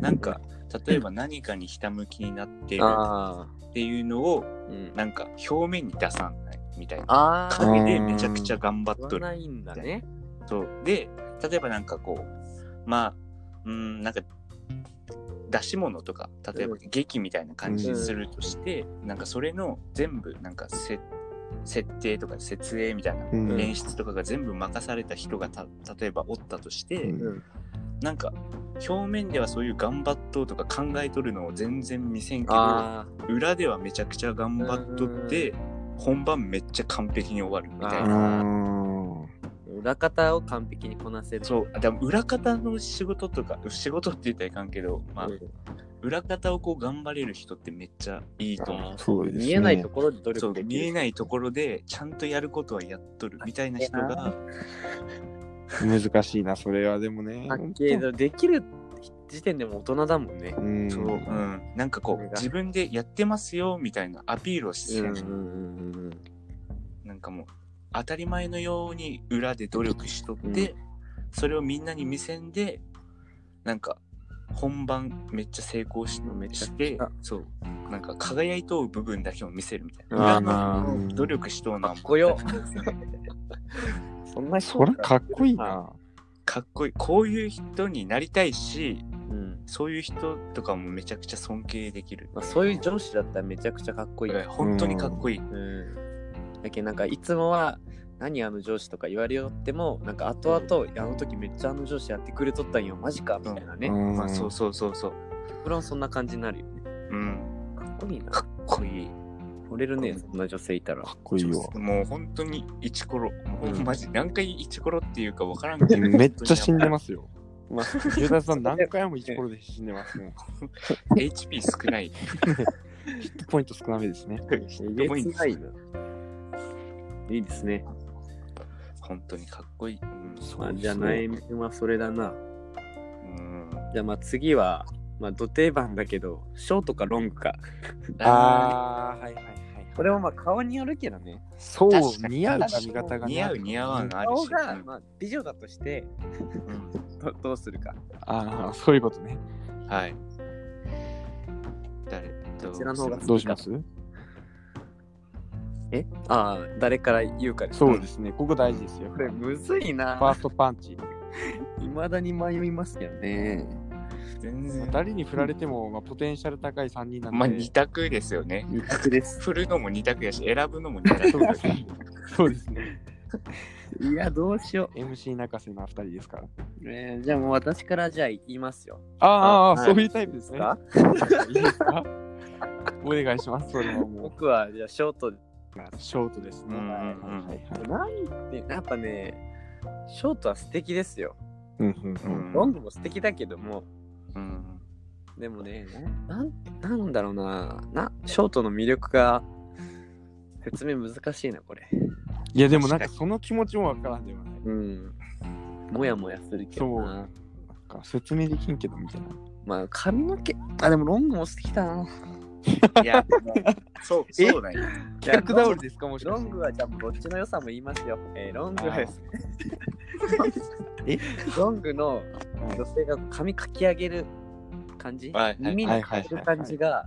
S3: なんか、例えば何かにひたむきになってる
S1: あ
S3: っていうのを、
S1: あ。うん、
S3: なんか表面に出さないみたいな。
S1: ああ。
S3: 陰でめちゃくちゃ頑張っと
S1: 言わ
S3: る。
S1: ないんだね。
S3: そうで、例えばなんかこう、まあ、うーん、なんか、出し物とか、例えば
S1: うん
S3: 劇みたいな感じにするとして、なんかそれの全部、なんかせ、設定とか設営みたいな、
S2: うん
S3: 演出とかが全部任された人がた、例えばおったとして、
S2: うん
S1: うん。
S3: なんか、表面ではそういう頑張っとうとか考えとるのを全然見せんけど、
S1: あ
S3: 裏ではめちゃくちゃ頑張っとって、本番めっちゃ完璧に終わるみたいな
S1: あ。
S2: うん
S1: あ。裏方を完璧にこなせる。
S3: そう、あでも裏方の仕事とか、仕事って言ったらいかんけど、まあ、
S1: うん
S3: 裏方をこう頑張れる人ってめっちゃいいと思う。
S2: そうですね
S1: 見えないところで努
S3: そ
S1: 力
S3: う
S1: できる。
S3: 見えないところでちゃんとやることはやっとるみたいな人が
S2: 難しいな、それはでもね。
S1: だけど、できる時点でもう大人だもんね。
S2: うん、
S3: そう、うん、なんかこ
S1: これ
S3: う
S1: が
S3: 自分でやってますよみたいなアピールをし
S1: う
S3: て、
S1: んうんうんうん。
S3: なんかもう当たり前のように裏で努力しとって、それをみんなに見せんでなんか本番めっちゃ成功し
S1: めちゃ
S3: し
S1: くち
S3: て
S1: ゃ
S3: そうなんか輝いとう部分だけを見せるみたい
S1: あー
S3: な裏
S2: う
S3: の
S2: ん
S3: 努力しとうな
S1: かっこよ そんな人
S2: そりゃかっこいいな。
S3: かっこいいこういう人になりたいし
S1: うん
S3: そういう人とかもめちゃくちゃ尊敬できる、
S1: まあ、そういう上司だったらめちゃくちゃかっこいい。
S3: うん本当にかっこいい、
S1: うん。だけどなんかいつもは何あの上司とか言われよってもなんか後々あの時めっちゃあの上司やってくれとったんよマジかみたいなね。
S2: うん
S3: まあそうそうそうそう
S1: プロンそんな感じになるよね。
S3: うん
S1: かっこいいな。
S3: かっこいい
S1: 惚れるねそんな女性いたら。
S2: かっこいいよ。
S3: もう本当にイチコロもうマジ何回イチコロっていうか分からんけど
S2: めっちゃ死んでますよ。
S1: まあ
S2: ユダさん何回も一頃で死んでますね。
S3: HP 少ない
S2: ヒットポイント少なめですね。
S1: えげつないな。いいですね。
S3: 本当にかっこいい、うん
S1: まあ、じゃあ内面はそれだな。
S3: うん
S1: じゃあまあ次は、まあ、土定番だけどショートかロングか。
S3: あ
S2: あー、はいはいはい。
S1: これはまあ顔によるけどね。
S2: そう
S3: 確、かに
S2: 似合う髪型
S3: ー
S2: がね
S3: 似合う似合わんある
S1: 顔
S3: し、
S1: が、まあ、美女だとして
S3: うんどどうするか。
S2: ああ、そういうことね。
S3: はい。誰ど
S1: ちらの方が
S3: する
S2: どうします
S1: えああ、誰から言うかですか
S2: そうですね。ここ大事ですよ。
S1: こ
S2: フ
S1: れむずいな。
S2: ァーストパンチ。
S1: いまだに迷いますけどね。
S3: 全然。
S2: 誰に振られても、まあ、ポテンシャル高い3人なんで。
S3: まあ、二択ですよね。
S1: 二択です。
S3: 振るのも二択やし、選ぶのも二択
S2: そう ですね。そうですね。
S1: いや、どうしよ
S2: MC 泣かせの2人ですから。
S1: う。えーじゃあもう私からじゃあ言いますよ。
S2: ああ、
S1: はい
S2: そういうタイプですね。
S1: か
S2: いいですかお願いします。それはも
S1: 僕はじゃあショートで
S2: う、ショートですね。
S3: うんうんうん
S2: はいはいはい
S1: なんてやっぱね、ショートは素敵ですよ。
S2: うんうん
S3: う
S2: うん
S3: ん
S1: ロングも素敵だけども、
S3: うん
S1: でもね、なんなんだろうなな、ショートの魅力が説明難しいな、これ。
S2: いや、でもなんかその気持ちもわからんではない。
S1: うん。もやもやするけどな。
S2: なんか説明できんけどみたいな。
S1: まあ髪の毛、あ、でもロングも素敵だな。
S3: いや、もうそう、
S2: え
S3: そうなんや。
S2: 企画倒りですかもし
S1: ロ
S2: かし
S1: ン
S2: て
S1: グはじゃあどっちの良さも言いますよ。えーロング
S2: あー
S1: です。
S2: え
S1: ロングの
S2: うん
S1: 女性が髪かき上げる感じ、
S3: はいはい
S1: 耳にかける感じが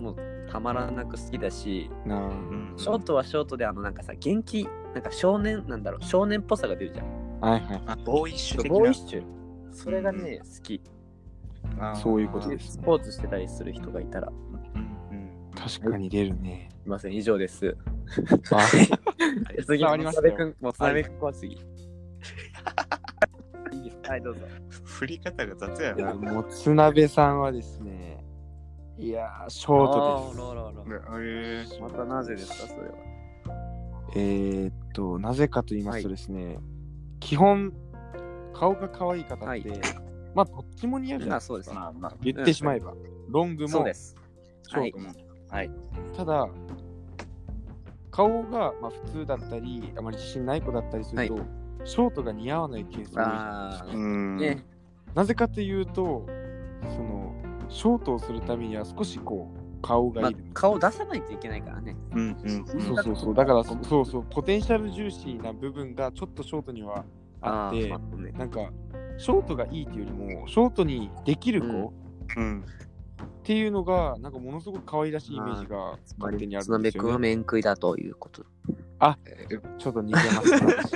S1: もうたまらなく好きだし、
S2: なあ
S3: うん
S1: ショートはショートであのなんかさ元気なんか少年なんだろう少年っぽさが出るじゃん。
S2: はいはい。
S3: あボーイッシュ的な。
S1: ボーイッシュ。それがね、好き。
S3: あー
S2: そういうことです
S1: スポーツしてたりする人がいたら、
S3: うん
S2: 確かに出る ね。
S1: すいません、以上です。
S2: あ
S1: 次、
S2: 伝わりま
S1: 渡
S2: したよ
S1: 辺君、もう渡辺君は次。いいですかはい、どうぞ。
S3: うん振り方が雑や
S2: いや
S3: な。
S2: もつなべさんはですね、いやー、ショートです。
S3: えー
S1: またなぜですか、それは。
S2: えー、っと、なぜかと言いますとですね、基本、顔が可愛い方って、
S1: はい
S2: まあ、どっちも似合うじゃない
S1: あそうですね
S3: まあまあ、
S2: 言ってしまえば、ロングも、
S1: そうです。
S2: ショート
S3: う
S2: も
S3: んはい。
S2: ただ、顔がまあ普通だったり、あまり自信ない子だったりすると、ショートが似合わないケースが多いじゃないですか
S1: あー
S3: ん
S1: ね、
S2: なぜかというと、その、ショートをするためには少しこう、顔が
S1: ま
S2: い
S1: あ
S2: るみたいな、
S1: 顔出さないといけないからね。
S3: うんうん
S2: そうそうそう、だからそそうそう、ポテンシャル重視な部分がちょっとショートにはあって、
S1: ーそうね
S2: なんか、ショートがいいっていうよりも、ショートにできる
S1: うん
S2: 子っ
S3: うん。
S2: ていうのが、なんかものすごく可愛らしいイメージが勝手にあ
S1: つな
S2: るん
S1: べ
S2: です
S1: 君は
S2: よ、ね。
S1: 面食いだということ。
S2: ちょっと似てますね。私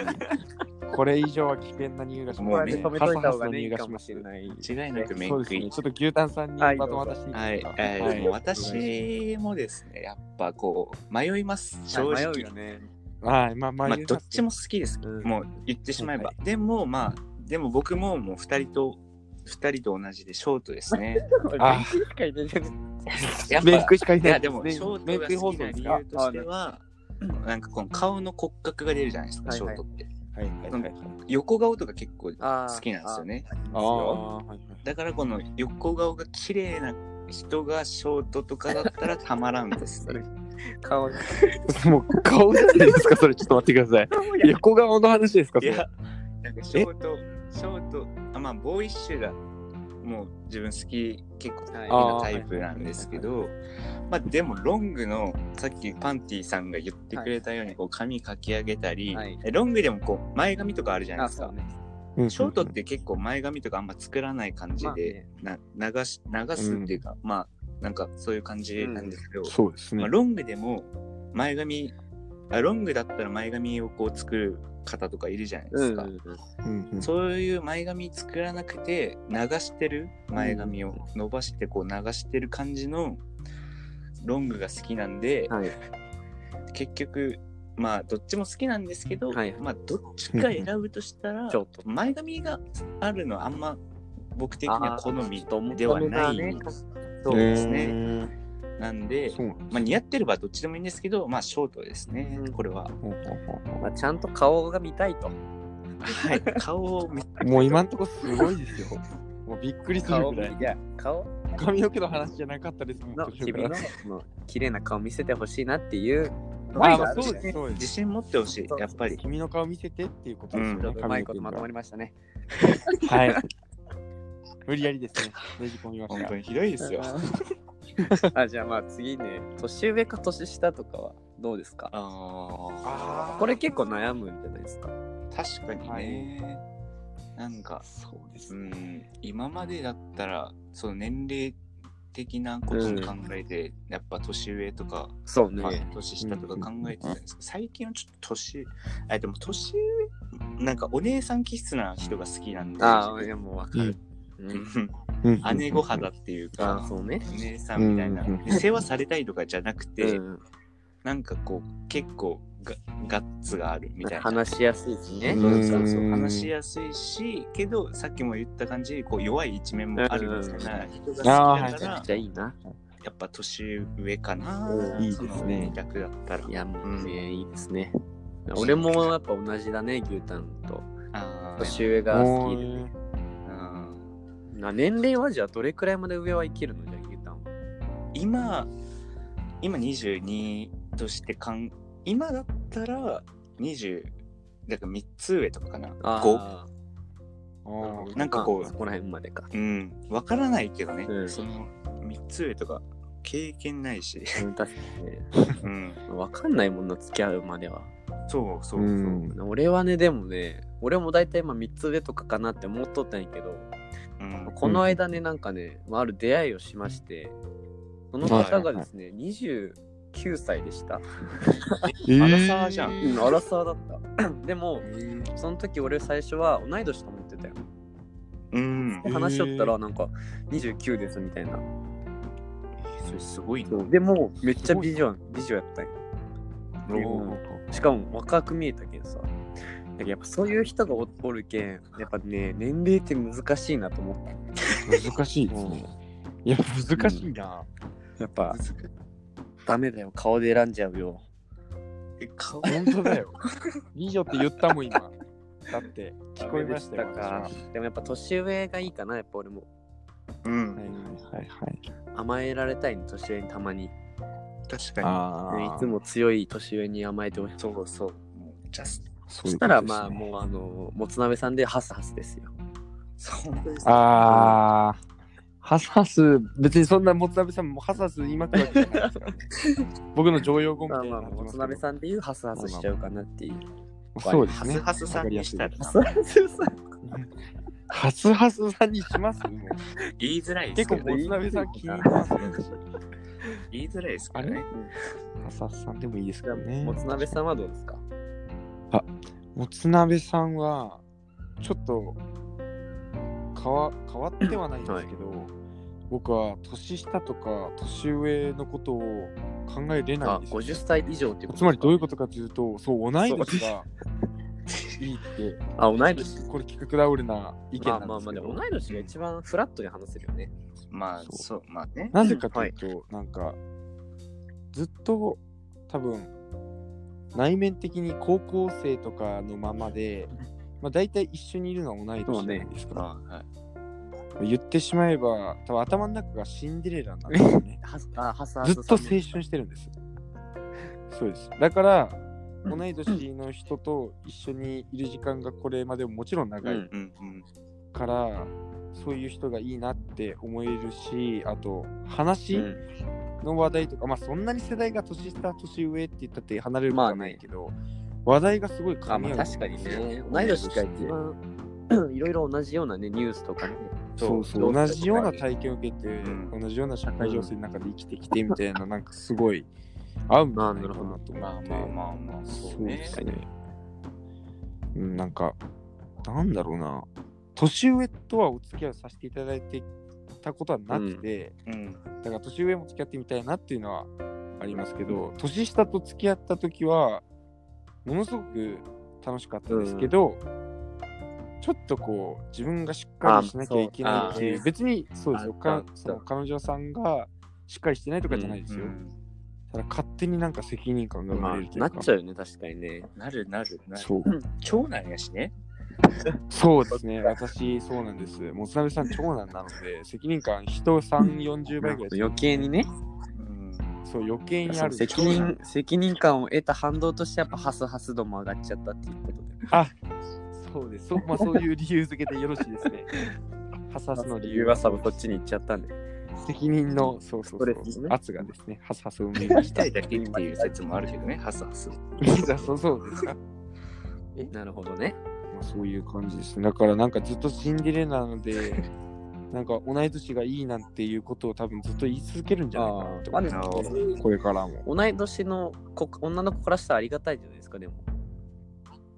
S2: これ以上は危険な匂いがします、ね。
S3: もうね
S2: ハサハサの匂いがします。
S1: ない。
S3: 違いなくメイ
S2: そうで
S3: ク
S2: すね。
S3: イ
S2: ちょっと牛タンさんにバトン渡していい
S3: はい、
S2: です
S3: え
S2: か。
S3: ーでも私もですね、やっぱこう、迷います、正
S1: 迷
S3: 直。
S1: うよね。
S2: はい、まあ、まあ、
S3: まあ、
S2: 言う
S3: ど
S2: な
S3: っちも好きです、
S1: うん
S3: もう言ってしまえば。
S2: は
S3: でも、まあ、でも僕ももう二人と、二人と同じでショートです ね。
S2: あ
S1: 面食いしか入れてない
S3: やっぱ
S2: メイクしかい
S3: い
S2: ない
S3: や、でも、ショ
S2: メ
S3: ート
S2: イ
S3: が
S2: ク放
S3: 好き
S2: 送
S3: な
S2: で
S3: 理
S2: すか。は
S3: 由としては、なんかこの顔の骨格が出るじゃないですか、
S1: はい
S3: ショ
S1: はい
S3: ートって。
S2: い、はい、はいはい。
S3: 横顔とか結構
S1: あー
S3: 好きなんですよね。
S2: ああ、はい、はい。
S3: だからこの横顔が綺麗な人がショートとかだったらたまらんですね。
S1: 顔が。
S2: もう顔じゃないですか、それちょっと待ってください。横顔の話ですか、そ
S3: い
S2: れ。
S3: や、なんかショート、ショート、あまあ、ボーイッシュが、もう自分好き、結構
S1: はい
S2: あ
S3: 好きなタイプなんですけど、まあでもロングの、さっきパンティさんが言ってくれたように、こう髪かき上げたり、
S1: はい
S3: えロングでもこう前髪とかあるじゃない
S1: あ、
S3: ですか。
S1: そうね。
S2: うん
S3: ショートって結構前髪とかあんま作らない感じで、な流し流すっていうか、まあなんかそういう感じなんですけど、
S2: そうですね
S3: まあ、。ロングでも前髪あロングだったら前髪をこう作る方とかいるじゃないで
S1: う
S3: す
S1: ん
S3: か、
S2: うんうん
S3: そういう前髪作らなくて流してる前髪を伸ばしてこう流してる感じのロングが好きなんで、
S1: はい。
S3: 結局まあどっちも好きなんですけど、
S1: はい
S3: まあどっちか選ぶとしたら
S1: ちょっと。
S3: 前髪があるのはあんま僕的には好みでは
S1: あーちょっと
S3: な
S1: 重ためな
S3: い
S1: ね
S3: そうです
S2: へ
S3: ね。
S2: ー
S3: なんで、
S2: そうなんで
S3: まあ、似合ってればどっちでもいいんですけど、まあショートですね
S1: う、ん
S3: これは。
S2: すねほうほうほう
S1: まあ、ちゃんと顔が見たいと。
S3: はい、 顔を見
S2: ほうもう今んとこすごいですよ。もうびっくりする
S1: 顔
S2: ぐらい。
S1: いや、顔
S2: 髪の毛の話じゃなかったですもん。
S1: の
S2: 途中か
S1: 君
S2: ら
S1: のの綺麗な顔見せてほしいなっていう
S2: あ
S1: 前
S2: あ
S1: が
S2: ま
S1: あ
S2: あ、
S1: る
S2: そ
S1: し
S2: うです、
S1: ね。
S2: そうで
S3: 自
S2: す。
S3: 信持ってほしい、やっぱり。
S2: 君の顔見せてっていうことですよ
S3: う
S2: ね。
S1: ちょっとうまいこと
S2: 髪の
S1: まと
S2: 毛が
S1: まりましたね。
S2: はい。 無理やりですね。ねじ込みまし
S3: 本
S2: た
S3: 当。にひどいですよ。
S1: あじゃあまあ次ね、年上か年下とかはどうですか
S3: あ
S2: あー
S1: これ結構悩むんじゃないですか。
S3: あ、確かにね。なんか、
S1: そうです
S3: う
S1: ね。
S3: ん、今までだったら、その年齢的なことを考えて、やっぱ年上とか、
S1: そう
S3: まあ
S1: ね。
S3: 年下とか考えてたんですけど、最近はちょっと年、あ、でも年上、なんかお姉さん気質な人が好きなんで、
S1: ああ、いやもうわかる。
S2: うん
S3: 姉御肌っていう
S1: あ
S3: か
S1: あ、、そうね。
S3: お姉さんみたいな、
S2: うんうん
S3: で世話されたいとかじゃなくて、
S1: うん
S3: なんかこう、結構がガッツがあるみたいな。
S1: 話しやすいしね。
S3: そうそうそう
S2: うん
S3: 話しやすいし、けどさっきも言った感じにこう弱い一面もあるみたいな人が好きだ
S1: め
S3: か
S1: ち
S3: ら
S1: ゃ、くちゃいいな。
S3: やっぱ年上かな
S1: う。ん
S2: いいですね
S3: その逆だったら。
S1: いや、もうね、
S3: う
S1: いいですね。俺もやっぱ同じだね、牛タンと。
S3: あー
S1: 年上が好きで。
S2: おー
S3: うん
S1: な年齢はじゃあどれくらいまで上はいけるのじゃあ牛タンは。
S3: 今、今22としてかん、今だったら20、だから3つ上とかかな。5。
S1: あ
S2: あ
S1: ー
S2: ー
S3: なんかこう
S1: あそこら辺までか。
S3: うん。わからないけどね、
S1: うん
S3: その3つ上とか経験ないし。
S1: うん、確かにね。
S3: うん。
S1: わかんないもんな、付き合うまでは。
S3: そうそうそう。
S2: うん
S1: 俺はね、でもね、俺も大体今3つ上とかかなって思っとったんやけど、
S3: うん
S1: この間ね、なんかね、まあある出会いをしまして、その方がですね、29歳でした。
S2: えー
S3: アラサーじゃん
S1: うん、アラサーだった。 でも、
S3: うん
S1: その時俺最初は同い年と思ってたよ。
S3: うん
S1: で。話しよったら、なんか、29ですみたいな。
S3: それすごいな。
S1: でも、めっちゃ美女、美女やったんよ
S2: おー
S1: しかも若く見えたけんさ。だけどやっぱそういう人がおおるけん、やっぱね、年齢って難しいなと思っ
S2: 難しいですね。いや、難しいな。
S1: た。やっぱ、ダメだよ、顔で選んじゃうよ。
S3: え顔
S2: 本当だよ。美女って言ったもん、今。だって、聞こえましたよ
S1: ダメでか。でもやっぱ年上がいいかな、やっぱ俺も。
S3: う
S2: 私ははい
S3: ん。
S2: はいはいはい。
S1: 甘えられたいの、年上にたまに。
S3: 確かに。
S2: あ
S1: ね
S2: ー
S1: いつ。も強い年上に甘えてほしい。
S3: そうそう。もうジャス
S2: そ
S1: そしたら、まあ、もう、あの、もつ鍋さんでハスハスですよ。
S3: そう本当です
S2: う。ああ。ハサハス、別にそんなもつ鍋さんもハサハス言いまくるわけじゃないですからね。僕の常用語み
S1: ま
S2: た
S1: あ
S2: いに
S1: ま
S2: な
S1: あ、
S2: ってますけど
S1: もつ鍋さんで言うハスハスしちゃうかなっていう。
S2: そうです
S3: ハ
S2: ね
S3: ス。ハスさんにしたら
S1: ハスハスさん
S2: ハスハスさんにしますもう
S3: 言いづらいで
S2: 結
S3: すけ
S2: 構、
S3: ど、
S2: も
S3: ね、
S2: つ鍋さん気に入ってますよ。
S3: 言いづらいですから
S2: あ
S3: ね
S2: れ。ハサハスさんでもいいです
S1: じゃ
S2: か
S1: あ
S2: ね。
S1: もつ鍋さんはどうですか
S2: もつ鍋さんはちょっと変わ変わってはないんですけど、僕は年下とか年上のことを考えれない
S1: あ
S2: ん、ですよ
S1: 50歳以上ってことですか
S2: つまりどういうことかというとそう同い年がいいって
S1: あ、同い年。
S2: これ企画ダウルな意見
S1: まあ
S2: な
S1: まあ
S2: ん
S1: ますあ、
S2: でけ
S1: で
S2: ど、
S1: も同い年が一番フラットに話せるよね。
S3: まあ、
S2: そ
S3: そう、まあね。
S2: なぜかというと、なんかずっと多分内面的に高校生とかのままで、まあ、大体一緒にいるのは同い年じゃないですか、
S3: まあはい
S2: 言ってしまえば多分頭の中がシンデレラなんです よね
S1: はあはさ
S2: ずっと青春してるんですそうですだから
S3: うん
S2: 同い年の人と一緒にいる時間がこれまでももちろん長い
S3: うんうん。
S2: から、そういう人がいいなって思えるしあと話の話題とか、まあそんなに世代が年下年上って言ったって離れることはないけど、話題がすごい
S1: あ、
S2: 噛み
S1: ま
S2: 合
S1: あ
S2: う
S1: 確かにね。同い年が一番、 いろいろ同じようなね、ニュースとかね。
S2: そう
S1: ど
S2: そう
S1: う
S2: 同
S1: す
S2: じ
S1: る
S2: よ
S1: と
S2: う
S1: か
S2: な体験を受けて、
S3: う
S2: 同じような社会情勢の中で生きてきてみたいな、なんかすごい合うんじゃないかなと思って、
S3: まあまあまあまあ、そ
S2: そううで
S3: ね。
S2: すねうんなんかなんだろうな年上とはお付き合いさせていただいてたことはなくて、
S3: うん。
S2: だから年上も付き合ってみたいなっていうのはありますけど、年下と付き合った時はものすごく楽しかったですけど、ちょっとこう自分がしっかりしなきゃいけないってい
S3: あそう
S2: う
S3: あ
S2: 別にそうですよ
S1: あ
S2: か
S1: った
S2: その彼女さんがしっかりしてないとかじゃないです
S3: う
S2: よ、
S3: ん
S2: ただ勝手になんか責任感が生
S1: ま
S2: ま
S1: あ
S2: れるとい
S1: な
S2: う
S1: っ
S2: か、
S1: ちゃうよね、確かにね。
S3: なるなるなる。
S2: そう
S3: 長男やしね。
S2: そうですね私そうなんですもつなべさん長男なので責任感人340倍ぐらい
S1: 余計にね、
S3: うん。
S2: そう余計に
S1: その
S2: ある
S1: 責任責任感を得た反動としてやっぱハスハス度も上がっちゃったっていうことで。
S2: そうです。そう,、まあ、そういう理由付けでよろしいです ね。ハサハスの理由
S1: はさぶそっちに行っちゃったんで。
S2: 責任の、そうそ
S1: ス
S2: う
S1: トレ
S2: そ
S1: ス
S2: う、
S1: ね
S2: 圧がですね、ハサハスを生みま
S3: 一
S2: した。
S3: 人だけっていう説もあるけどね、ハスハス。
S2: そうそうですか。
S1: なるほどね。
S2: まあそういう感じですね。だからなんかずっとシンデレラなので、 なんか同い年がいいなんていうことを多分ずっと言い続けるんじゃないかなって
S1: まあ
S2: 思
S1: で
S3: なる
S1: も
S2: う。
S3: ほ
S2: これからも。
S1: 同い年の子女の子からしたらありがたいじゃないですかでも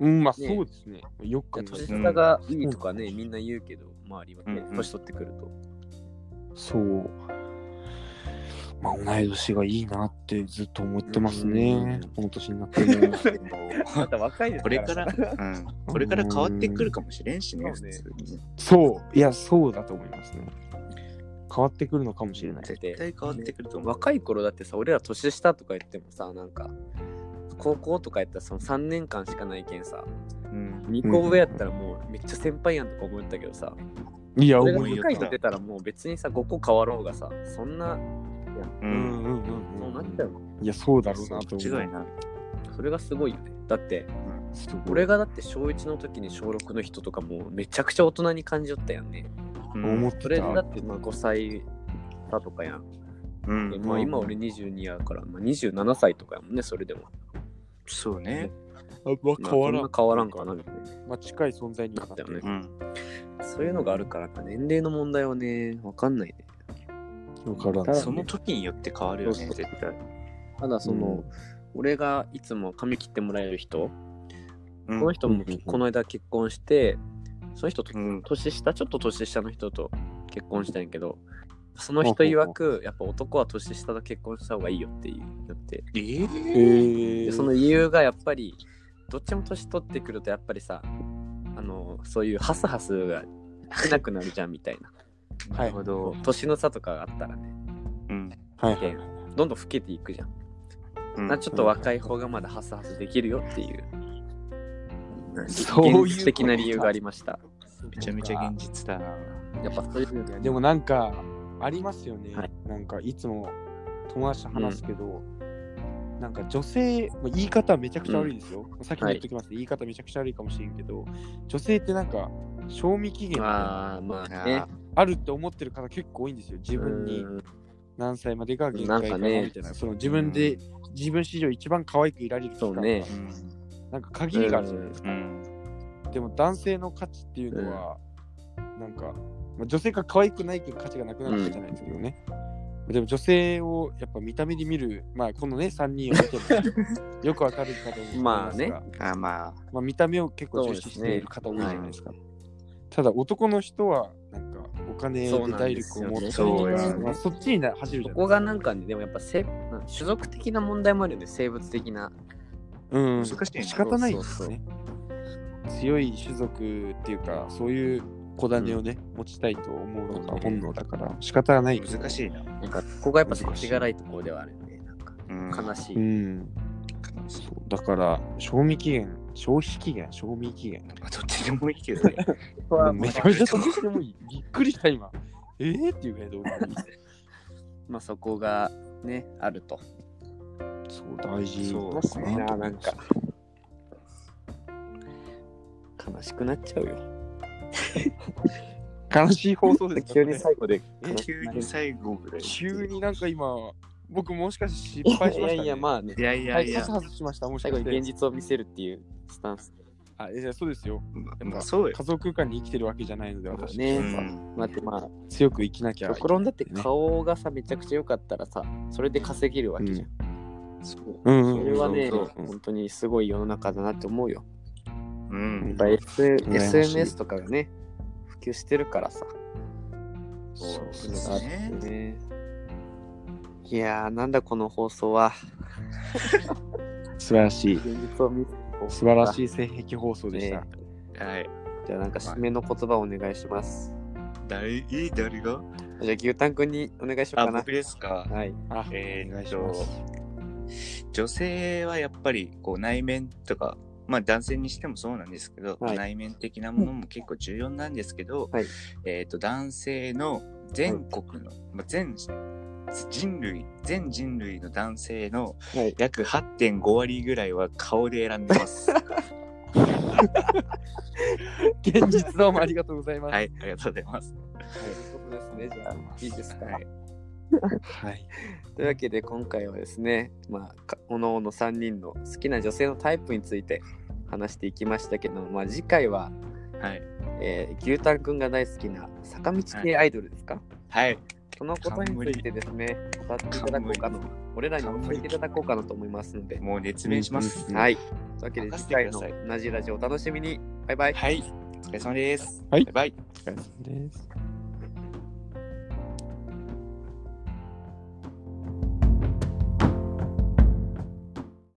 S2: うん、まあ
S1: ね
S2: そうですね。よく考えたら
S1: 年下がいいとかね、みんな言うけど周りはね、
S3: うんうん
S1: 年取ってくると
S2: そう。まあ同い年がいいなってずっと思ってますね
S1: うん。
S2: この年になって も。
S1: また若いです
S3: これから、うん、これから変わってくるかもしれんしね、
S1: うん
S3: 普通に。
S2: そう。いや、そうだと思いますね。変わってくるのかもしれない。
S3: 絶対変わってくると思う。
S1: 若い頃だってさ俺ら年下とか言ってもさなんか高校とかやったらその3年間しかないけんさ
S3: うん
S1: 2個上やったらもうめっちゃ先輩やんとか思ったけどさ、
S2: いや、
S1: 俺が
S2: 思い
S1: 2
S2: よ。
S1: 回と出たらもう別にさ5個変わろうがさそんな
S3: う
S2: うんんうん
S1: そううんな
S2: う
S1: っ
S2: ん
S1: ちゃうの
S2: いや、そうだろうなと思う。
S3: 間違いない。
S1: それがすごいよねだって
S2: すごい
S1: 俺がだって小1の時に小6の人とかもうめちゃくちゃ大人に感じよったやんね
S3: うん
S2: 思って
S1: それでだ
S2: た。
S1: ってまあ5歳差とかやん、
S3: う
S1: で
S3: ん。
S1: まあ今俺22やから、まあ、27歳とかやもんねそれでも
S3: そうね。
S1: まあ
S2: 変わ
S1: そ
S2: ら。
S1: んなん変わらんかなみたいな
S2: まあ近い存在にはなってる
S1: だったよね
S3: うん。
S1: そういうのがあるからか年齢の問題はねわかんないね
S2: わから
S1: ただ
S2: ない。
S3: その時によって変わるよね、
S1: そうそう
S3: 絶対。
S1: ただその、
S2: う
S1: 俺がいつも髪切ってもらえる人、
S3: うん
S1: この人
S2: うん
S1: も
S2: うんうん
S1: この間結婚して、その人と
S3: うん。
S1: 年下ちょっと年下の人と結婚したんやけどその人曰くやっぱ男は年下と結婚した方がいいよって言って
S3: え
S2: え
S3: ー
S2: ー
S1: でその理由がやっぱりどっちも年取ってくるとやっぱりさあのそういうハスハスが少なくなるじゃんみたいな
S2: はい
S3: ほど。
S1: 年の差とかがあったらね
S3: うん。
S2: はい
S1: けんどんどん老けていくじゃん、
S3: うん
S1: なちょっと若い方がまだハスハスできるよっていう
S2: そういうこと
S1: 現実的な理由がありました
S3: めちゃめちゃ現実だな。
S1: やっぱそういうのがね
S2: でもなんかありますよね、
S1: はい
S2: なんかいつも友達と話すけど、なんか女性、まあ言い方めちゃくちゃ悪いですよ、先に言っときますね、言い方めちゃくちゃ悪いかもしれんけど女性ってなんか賞味期限が
S1: ああまあね
S3: あ
S2: あるって思ってる方結構多いんですよ自分に
S1: うん
S2: 何歳までが限界
S1: なん
S2: か
S1: か
S2: な
S1: ね
S2: みたいなその自分で、自分史上一番可愛くいられる期
S1: そ
S2: 間
S1: うね
S3: ー
S2: なんか限りがあるじゃないですか
S3: うん。うん。
S2: でも男性の価値っていうのは、なんか、まあ女性が可愛くないけど価値がなくなるわけじゃないですけどね、でも女性をやっぱ見た目で見るまあこのね3人を見て もよくわかるかと思いますが
S1: まあ
S3: あ、まあ。
S2: まあ見た目を結構重視している方多いじゃないですかただ男の人はなんかお金
S1: そう
S2: で
S1: なん
S2: 体
S1: です
S2: 力を
S1: よね
S2: 持って
S3: そうや
S2: まあ、そっちにな走る
S1: こ
S2: じゃない
S1: こがなんかね、でもやっぱせなん種族的な問題もあるよね、生物的な。
S2: うん、
S3: 難しいね
S2: 仕方ないですよね強い種族っていうかそういう小種をね、持ちたいと思うのが本能だから仕方がないけど
S3: 難しいな。
S1: なんか、ここがやっぱ世知辛いところではあるよね。なんか、
S3: うん
S1: 悲し
S2: う
S1: い。
S2: ん
S3: 悲しい
S2: そうだから賞味期限消費期限賞味期限
S3: まあどっちでもいいけどね。
S2: めちゃめちゃどうしてもいいびっくりした今ええっていうぐらいどうでもいい
S1: まあ、そこがね、あると。
S2: そう大事
S3: そうですね
S2: だ
S1: なんか 悲しくなっちゃうよ。
S2: 悲しい放送です
S1: 急に最後で。
S2: え
S3: 急に最後ぐらい。
S2: 急。になんか今僕もしかして失敗し
S1: い
S2: ま
S1: や
S2: した、ね、
S1: いや、まあね
S3: い、やい
S2: は
S3: やい
S2: い、
S3: や
S2: パス。外しましたもしか
S1: 最後
S2: し
S1: に
S2: て
S1: 現実を見せるっていうスタンス。
S2: あいやそうですよ
S3: まあ、そうよ
S2: 家。族空間に生きてるわけじゃないので
S1: そうだ
S2: 私、
S1: ね
S3: うん
S1: 待って、まあ、
S2: 強く生きなきゃ
S1: 極論だって顔がさ、めちゃくちゃ良かったらさ、それで稼げるわけじゃん。
S3: そう。
S2: うんう
S1: そ
S2: ん
S1: れはね、
S3: そう
S2: そう
S1: 本当にすごい世の中だなって思うよ。
S3: う
S1: やっ
S3: ん。
S1: ぱ S
S2: ましい
S1: SNS とかがね、普及してるからさ。
S3: そうですね
S1: そういうのがあってね。いやー、なんだこの放送は。
S2: 素晴らしい
S1: 現実を見
S2: 素晴ら
S1: い
S2: しい性癖放送でした、
S1: ね
S3: はい。
S1: じゃあなんか締めの言葉をお願いします。
S3: 誰、いい誰が
S1: じゃあ牛タンくんにお願いしよう
S3: あ、
S1: かな
S3: 僕。ですか。
S1: はい。
S2: あ
S3: えーっと
S2: お願いします
S3: 女性はやっぱりこう内面とか、まあ、男性にしてもそうなんですけど、
S1: はい
S3: 内面的なものも結構重要なんですけど、
S1: はい
S3: えー、と男性の全国の、まあ、全人類全人類の男性の
S1: はい。
S3: 約8.5割ぐらいは顔で選ん でます。
S2: 現実どうもありがとうございます
S3: はい、ありがとうございます。
S1: そうですね。じゃあ、いいですか。
S3: はい
S2: はい、
S1: というわけで今回はですね、まあ、かおのおの3人の好きな女性のタイプについて話していきましたけど、まあ、次回は、
S3: はい。
S1: えー牛タンくんが大好きな坂道系アイドルですか、
S3: はい。
S1: そのことについてですね、語っていただこうかな。俺らにも教えていただこうかなと思いますので。
S3: もう熱弁します。
S2: うん
S1: はい。というわけで、
S3: 任
S1: 次
S3: せてく
S1: 回
S3: だ
S1: の
S3: さい
S1: 同じラジオお楽しみに。バイバイ。
S3: はい。お疲れ様です。
S2: はい
S3: バイバイ。
S2: お疲れ様です。